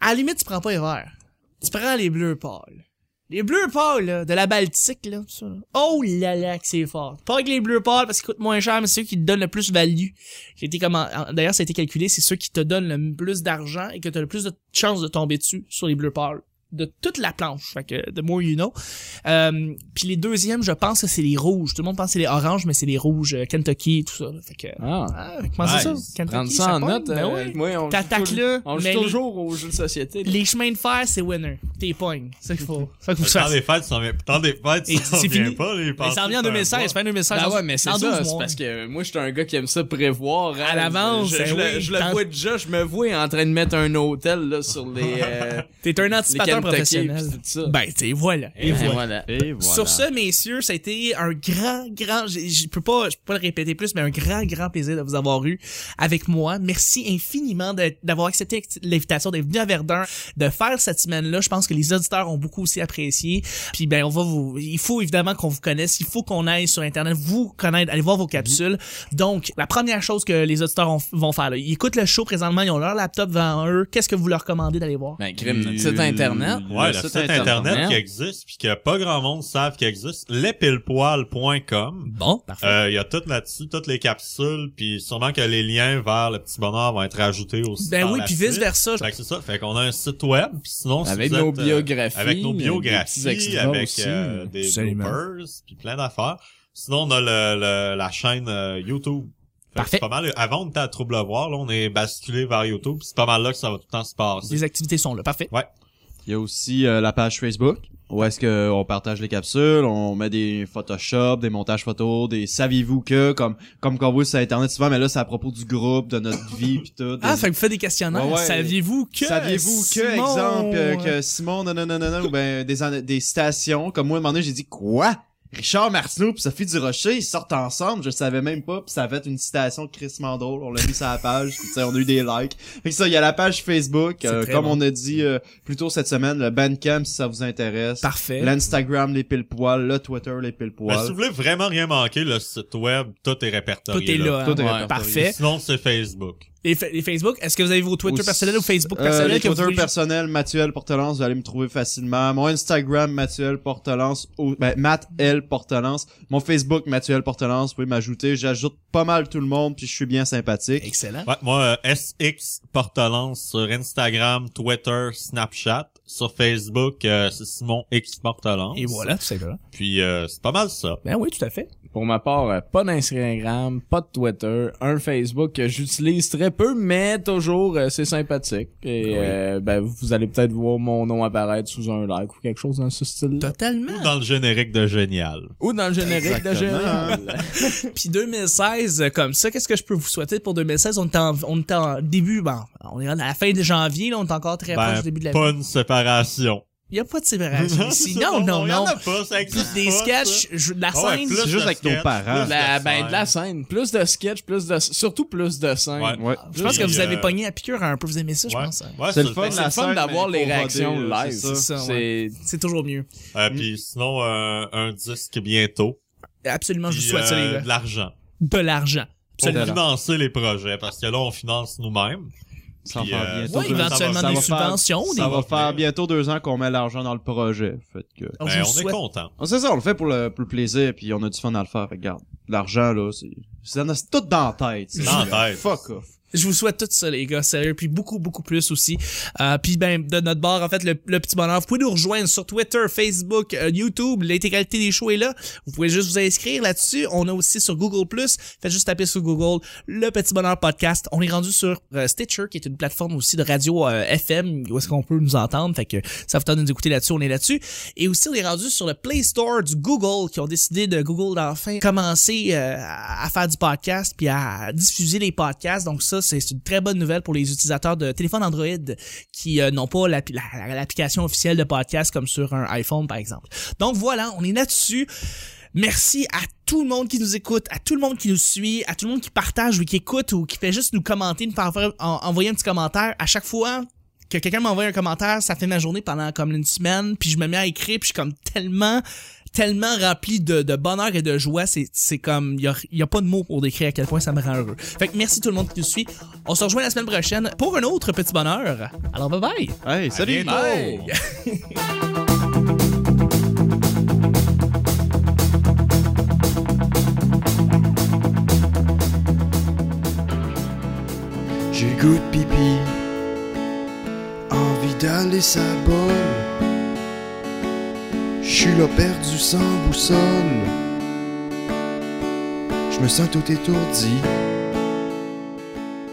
[SPEAKER 1] À la limite, tu prends pas les verts. Tu prends les bleus pâles. Les bleus pâles, là, de la Baltique, là, ça, là. Oh là là, que c'est fort. Pas avec les bleus pâles parce qu'ils coûtent moins cher, mais c'est ceux qui te donnent le plus value. Qui était comme en- en- D'ailleurs, ça a été calculé, c'est ceux qui te donnent le plus d'argent et que tu as le plus de chances de tomber dessus sur les bleus pâles. De toute la planche. Fait que, the more you know. Euh, puis les deuxièmes, je pense que c'est les rouges. Tout le monde pense que c'est les oranges, mais c'est les rouges, euh, Kentucky, tout ça. là. Fait que,
[SPEAKER 2] Ah.
[SPEAKER 1] ah, fait que pensez
[SPEAKER 3] Nice.
[SPEAKER 1] ça. Kentucky,
[SPEAKER 2] Prendre ça en
[SPEAKER 1] pogne,
[SPEAKER 2] note.
[SPEAKER 1] ben
[SPEAKER 2] euh,
[SPEAKER 1] ouais.
[SPEAKER 2] oui, on joue
[SPEAKER 1] T'attaques
[SPEAKER 2] tout-
[SPEAKER 1] là,
[SPEAKER 2] On
[SPEAKER 1] mais
[SPEAKER 2] joue
[SPEAKER 1] les-
[SPEAKER 2] toujours aux jeux de société. là.
[SPEAKER 1] Les chemins de fer, c'est winner. T'es pogne. C'est ça qu'il faut. C'est ça qu'il
[SPEAKER 3] Le
[SPEAKER 1] faut
[SPEAKER 3] temps
[SPEAKER 1] faire.
[SPEAKER 3] des fêtes, ça vient- le temps des fêtes,
[SPEAKER 1] Et
[SPEAKER 3] ça
[SPEAKER 1] c'est
[SPEAKER 3] vient
[SPEAKER 1] fini.
[SPEAKER 3] pas, les
[SPEAKER 1] Mais ça en vient en 2016, fin 2016.
[SPEAKER 2] Ben
[SPEAKER 1] dans-
[SPEAKER 2] ouais, mais c'est
[SPEAKER 1] dans 12
[SPEAKER 2] ça, c'est
[SPEAKER 1] mois.
[SPEAKER 2] parce que moi, j'étais un gars qui aime ça prévoir. hein.
[SPEAKER 1] À l'avance,
[SPEAKER 2] Je,
[SPEAKER 1] eh
[SPEAKER 2] je, le-
[SPEAKER 1] oui.
[SPEAKER 2] je le
[SPEAKER 1] Dans-
[SPEAKER 2] vois déjà, je me vois en train de mettre un hôtel là, sur les... euh,
[SPEAKER 1] T'es un anticipateur Amateur
[SPEAKER 2] me toquer,
[SPEAKER 1] professionnel.
[SPEAKER 2] puis tout ça.
[SPEAKER 1] Ben, tu sais, voilà.
[SPEAKER 2] Et voilà.
[SPEAKER 4] Et voilà.
[SPEAKER 1] Sur ce, messieurs, ça a été un grand, grand, je je peux pas, je peux pas le répéter plus, mais un grand, grand plaisir de vous avoir eu avec moi. Merci infiniment de- d'avoir accepté l'invitation d'être venu à Verdun, de faire cette semaine-là. Je pense que les auditeurs ont beaucoup aussi apprécié. Puis ben, on va vous, il faut évidemment qu'on vous connaisse, il faut qu'on aille sur Internet, vous connaître, aller voir vos capsules. Donc, la première chose que les auditeurs ont- vont faire, là, ils écoutent le show présentement, ils ont leur laptop devant eux. Qu'est-ce que vous leur commandez d'aller voir?
[SPEAKER 2] Ben, crime, notre site internet.
[SPEAKER 3] Ouais, le site internet qui
[SPEAKER 2] Internet.
[SPEAKER 3] existe puis que pas grand monde savent qu'il existe, lespilepoil.com.
[SPEAKER 1] Bon, parfait.
[SPEAKER 3] Euh, Il y a tout là-dessus, toutes les capsules, puis sûrement que les liens vers le petit bonheur vont être ajoutés aussi.
[SPEAKER 1] Ben
[SPEAKER 3] par
[SPEAKER 1] oui,
[SPEAKER 3] la
[SPEAKER 1] puis
[SPEAKER 3] suite.
[SPEAKER 1] vice versa.
[SPEAKER 3] Fait que c'est ça. Fait qu'on a un site web, puis sinon, si
[SPEAKER 2] Avec
[SPEAKER 3] vous
[SPEAKER 2] nos
[SPEAKER 3] êtes, euh,
[SPEAKER 2] biographies,
[SPEAKER 3] avec nos
[SPEAKER 2] des petits
[SPEAKER 3] biographies,
[SPEAKER 2] extras
[SPEAKER 3] avec
[SPEAKER 2] aussi.
[SPEAKER 3] euh, des
[SPEAKER 1] hein. Absolument.
[SPEAKER 3] bloopers, puis plein d'affaires. Sinon, on a le, le- la chaîne euh, YouTube. Fait que
[SPEAKER 1] Parfait.
[SPEAKER 3] C'est pas mal. Avant, on était à Trouble à voir, là, on est basculé vers YouTube, puis c'est pas mal là que ça va tout le temps se passer.
[SPEAKER 1] Les activités sont là. Parfait.
[SPEAKER 4] Il y a aussi euh, la page Facebook où est-ce que on partage les capsules, on met des Photoshop, des montages photos, des saviez-vous que comme comme qu'on voit sur internet souvent mais là c'est à propos du groupe, de notre vie puis tout.
[SPEAKER 1] Ah,
[SPEAKER 4] des-
[SPEAKER 1] fait que vous faites des questionnaires.
[SPEAKER 4] Ouais, ouais.
[SPEAKER 1] Saviez-vous que.
[SPEAKER 4] Saviez-vous que,
[SPEAKER 1] Simon-
[SPEAKER 4] exemple, euh, que Simon, non, non, non, non, non, ou ben, des, an- des stations, comme moi, à un moment donné, j'ai dit, quoi? Richard Martineau pis Sophie Durocher, ils sortent ensemble, je le savais même pas, pis ça avait une citation de Chris Mandol, on l'a mis sur la page, pis tu sais, on a eu des likes. Fait que ça, il y a la page Facebook,
[SPEAKER 1] C'est
[SPEAKER 4] euh,
[SPEAKER 1] très
[SPEAKER 4] comme
[SPEAKER 1] bon.
[SPEAKER 4] on a dit euh, plus tôt cette semaine, le Bandcamp si ça vous intéresse,
[SPEAKER 1] Parfait.
[SPEAKER 4] l'Instagram les pile poils, le Twitter les pile
[SPEAKER 3] Mais si
[SPEAKER 4] poils.
[SPEAKER 3] vous voulez vraiment rien manquer, le site web, tout est répertorié.
[SPEAKER 1] Tout est là. hein.
[SPEAKER 4] Tout est
[SPEAKER 2] Ouais.
[SPEAKER 4] répertorié.
[SPEAKER 1] Parfait.
[SPEAKER 3] Sinon, c'est Facebook.
[SPEAKER 1] Et, fa- et Facebook, est-ce que vous avez vos Twitter
[SPEAKER 4] Aussi-
[SPEAKER 1] personnels ou Facebook
[SPEAKER 4] Euh,
[SPEAKER 1] personnels
[SPEAKER 4] les
[SPEAKER 1] que vous
[SPEAKER 4] Twitter
[SPEAKER 1] voulez-
[SPEAKER 4] personnel, Mathuel Portelance, vous allez me trouver facilement. Mon Instagram, Mathuel Portelance, ou, ben, Matt L Portelance. Mon Facebook, Mathuel Portelance, vous pouvez m'ajouter. J'ajoute pas mal tout le monde, puis je suis bien sympathique.
[SPEAKER 1] Excellent.
[SPEAKER 3] Ouais, moi, euh, SX Portelance sur Instagram, Twitter, Snapchat. Sur Facebook, euh, c'est Simon X Portelance.
[SPEAKER 1] Et voilà, tout simplement.
[SPEAKER 3] Puis euh, c'est pas mal ça.
[SPEAKER 1] Ben oui, tout à fait.
[SPEAKER 2] Pour ma part, euh, pas d'Instagram, pas de Twitter, un Facebook que j'utilise très peu, mais toujours, euh, c'est sympathique. Et euh, ben, vous allez peut-être voir mon nom apparaître sous un like ou quelque chose dans ce style
[SPEAKER 1] Totalement.
[SPEAKER 3] Dans le générique de Génial.
[SPEAKER 2] Ou dans le générique de
[SPEAKER 4] Exactement.
[SPEAKER 2] générique.
[SPEAKER 1] Puis 2016, euh, comme ça, qu'est-ce que je peux vous souhaiter pour 2016? On est en, on est en début, bon, on est à la fin de janvier, là, on est encore très proche
[SPEAKER 3] Ben,
[SPEAKER 1] du début de l'année.
[SPEAKER 3] pas une séparation.
[SPEAKER 1] Il y a pas de séparation ici. Non, non,
[SPEAKER 3] Y en
[SPEAKER 1] non.
[SPEAKER 3] a pas, ça existe
[SPEAKER 1] Des
[SPEAKER 3] pas, ça.
[SPEAKER 1] sketchs, je- de la
[SPEAKER 3] Ah ouais,
[SPEAKER 1] scène.
[SPEAKER 3] plus
[SPEAKER 4] c'est
[SPEAKER 3] de
[SPEAKER 4] juste avec nos
[SPEAKER 3] sketch,
[SPEAKER 4] parents.
[SPEAKER 3] plus
[SPEAKER 2] La- ben,
[SPEAKER 3] scène.
[SPEAKER 2] de la scène. Plus de sketch, plus de, surtout plus de scène.
[SPEAKER 3] Ouais.
[SPEAKER 4] Ouais.
[SPEAKER 1] je pense que
[SPEAKER 3] Puis,
[SPEAKER 1] vous avez
[SPEAKER 3] euh,
[SPEAKER 1] pogné à piqûre un peu, vous aimez ça, je
[SPEAKER 3] Ouais.
[SPEAKER 1] pense. hein.
[SPEAKER 3] Ouais,
[SPEAKER 4] C'est le
[SPEAKER 3] ça,
[SPEAKER 4] fun,
[SPEAKER 3] fait-
[SPEAKER 2] C'est le
[SPEAKER 4] La
[SPEAKER 2] fun
[SPEAKER 4] scène,
[SPEAKER 2] d'avoir
[SPEAKER 4] mais
[SPEAKER 2] les
[SPEAKER 4] pour
[SPEAKER 2] réactions
[SPEAKER 4] roder, là,
[SPEAKER 2] live.
[SPEAKER 4] c'est
[SPEAKER 1] ça,
[SPEAKER 2] C'est
[SPEAKER 1] C'est toujours mieux.
[SPEAKER 3] Euh, Puis sinon, euh, un disque bientôt.
[SPEAKER 1] Absolument, je vous
[SPEAKER 3] Puis,
[SPEAKER 1] souhaite ça, les
[SPEAKER 3] euh,
[SPEAKER 1] gars.
[SPEAKER 3] de l'argent.
[SPEAKER 1] De l'argent.
[SPEAKER 3] Pour
[SPEAKER 4] Absolument.
[SPEAKER 3] financer les projets, parce que là, on finance nous-mêmes.
[SPEAKER 4] Ça va
[SPEAKER 3] Puis,
[SPEAKER 4] faire
[SPEAKER 3] euh,
[SPEAKER 4] bientôt
[SPEAKER 1] Ouais,
[SPEAKER 4] deux ans.
[SPEAKER 1] éventuellement
[SPEAKER 4] Ça va
[SPEAKER 1] des
[SPEAKER 4] faire-
[SPEAKER 1] subventions. des-
[SPEAKER 4] Ça va faire
[SPEAKER 3] revenir.
[SPEAKER 4] bientôt deux ans qu'on met l'argent dans le projet. Fait que...
[SPEAKER 1] on
[SPEAKER 3] Ben,
[SPEAKER 1] vous
[SPEAKER 3] on est
[SPEAKER 1] souhaite-
[SPEAKER 3] content.
[SPEAKER 4] On sait ça, on le fait pour le, pour le plaisir, puis on a du fun à le faire. Fait que, regarde, l'argent, là, c'est... C'est c'est tout dans la tête. c'est-
[SPEAKER 3] Dans la tête.
[SPEAKER 4] Fuck off.
[SPEAKER 1] Je vous souhaite tout ça, les gars, sérieux, puis beaucoup, beaucoup plus aussi. Euh, puis ben, de notre bord, en fait, le, le petit bonheur, vous pouvez nous rejoindre sur Twitter, Facebook, euh, YouTube, l'intégralité des shows est là. Vous pouvez juste vous inscrire là-dessus. On a aussi sur Google+, faites juste taper sur Google, le petit bonheur podcast. On est rendu sur euh, Stitcher, qui est une plateforme aussi de radio euh, FM, où est-ce qu'on peut nous entendre, fait que ça vous tente de nous écouter là-dessus, on est là-dessus. Et aussi, on est rendu sur le Play Store du Google, qui ont décidé de Google d'enfin commencer euh, à à faire du podcast puis à diffuser les podcasts. Donc ça, c'est c'est une très bonne nouvelle pour les utilisateurs de téléphones Android qui euh, n'ont pas l'app- la- l'application officielle de podcast comme sur un iPhone, par exemple. Donc voilà, on est là-dessus. Merci à tout le monde qui nous écoute, à tout le monde qui nous suit, à tout le monde qui partage ou qui écoute ou qui fait juste nous commenter, nous faire faire- en- envoyer un petit commentaire. À chaque fois que quelqu'un m'envoie un commentaire, ça fait ma journée pendant comme une semaine, puis je me mets à écrire, puis je suis comme tellement tellement rempli de, de bonheur et de joie, c'est c'est comme il y a, y a pas de mots pour décrire à quel point ça me rend heureux. Fait que merci tout le monde qui nous suit. On se rejoint la semaine prochaine pour un autre petit bonheur. Alors bye bye.
[SPEAKER 4] Hey,
[SPEAKER 3] À
[SPEAKER 4] salut!
[SPEAKER 3] bientôt.
[SPEAKER 2] Bye.
[SPEAKER 5] J'ai le goût de pipi, envie d'aller sa bonne. J'suis là perdu sans boussole. Je me sens tout étourdi.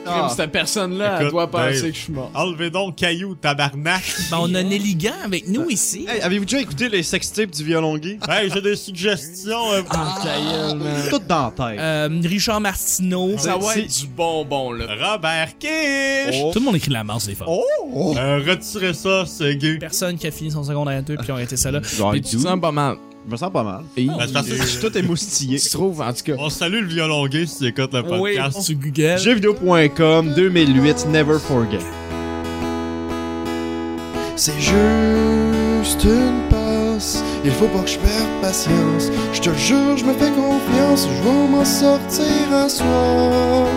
[SPEAKER 4] Ah,
[SPEAKER 2] comme cette personne-là, elle
[SPEAKER 3] Écoute,
[SPEAKER 2] doit penser
[SPEAKER 3] Dave.
[SPEAKER 2] que je suis mort.
[SPEAKER 3] Enlevez donc caillou, tabarnak.
[SPEAKER 1] Ben, on a Nelly Gant avec nous ici.
[SPEAKER 4] Hey, avez-vous déjà écouté les sextapes du violon gay?
[SPEAKER 3] hey, j'ai des suggestions. euh,
[SPEAKER 2] Ah, ta gueule, man. Ah,
[SPEAKER 4] Tout dans la tête.
[SPEAKER 1] Euh, Richard Martineau.
[SPEAKER 2] Ça va
[SPEAKER 4] c'est-
[SPEAKER 2] être du bonbon, là.
[SPEAKER 3] Robert Kish.
[SPEAKER 4] Oh.
[SPEAKER 1] Tout le monde écrit de la masse des femmes.
[SPEAKER 2] Oh.
[SPEAKER 3] Euh, retirez ça, c'est gay.
[SPEAKER 1] Personne qui a fini son secondaire 2 puis on a arrêté ça là.
[SPEAKER 4] Genre,
[SPEAKER 2] Mais tu
[SPEAKER 4] dude,
[SPEAKER 2] te sens pas mal.
[SPEAKER 4] Je me sens pas mal.
[SPEAKER 3] Ben, c'est parce que-
[SPEAKER 4] Je suis tout émoustillé.
[SPEAKER 2] Tu te trouves, en tout cas.
[SPEAKER 3] On salue le violon gay si tu écoutes le
[SPEAKER 1] Oui,
[SPEAKER 3] podcast.
[SPEAKER 1] sur Google.
[SPEAKER 4] Jeuxvideo.com 2008 Never Forget.
[SPEAKER 5] C'est juste une passe, il faut pas que je perde patience. Je te jure, je me fais confiance, je vais m'en sortir un soir.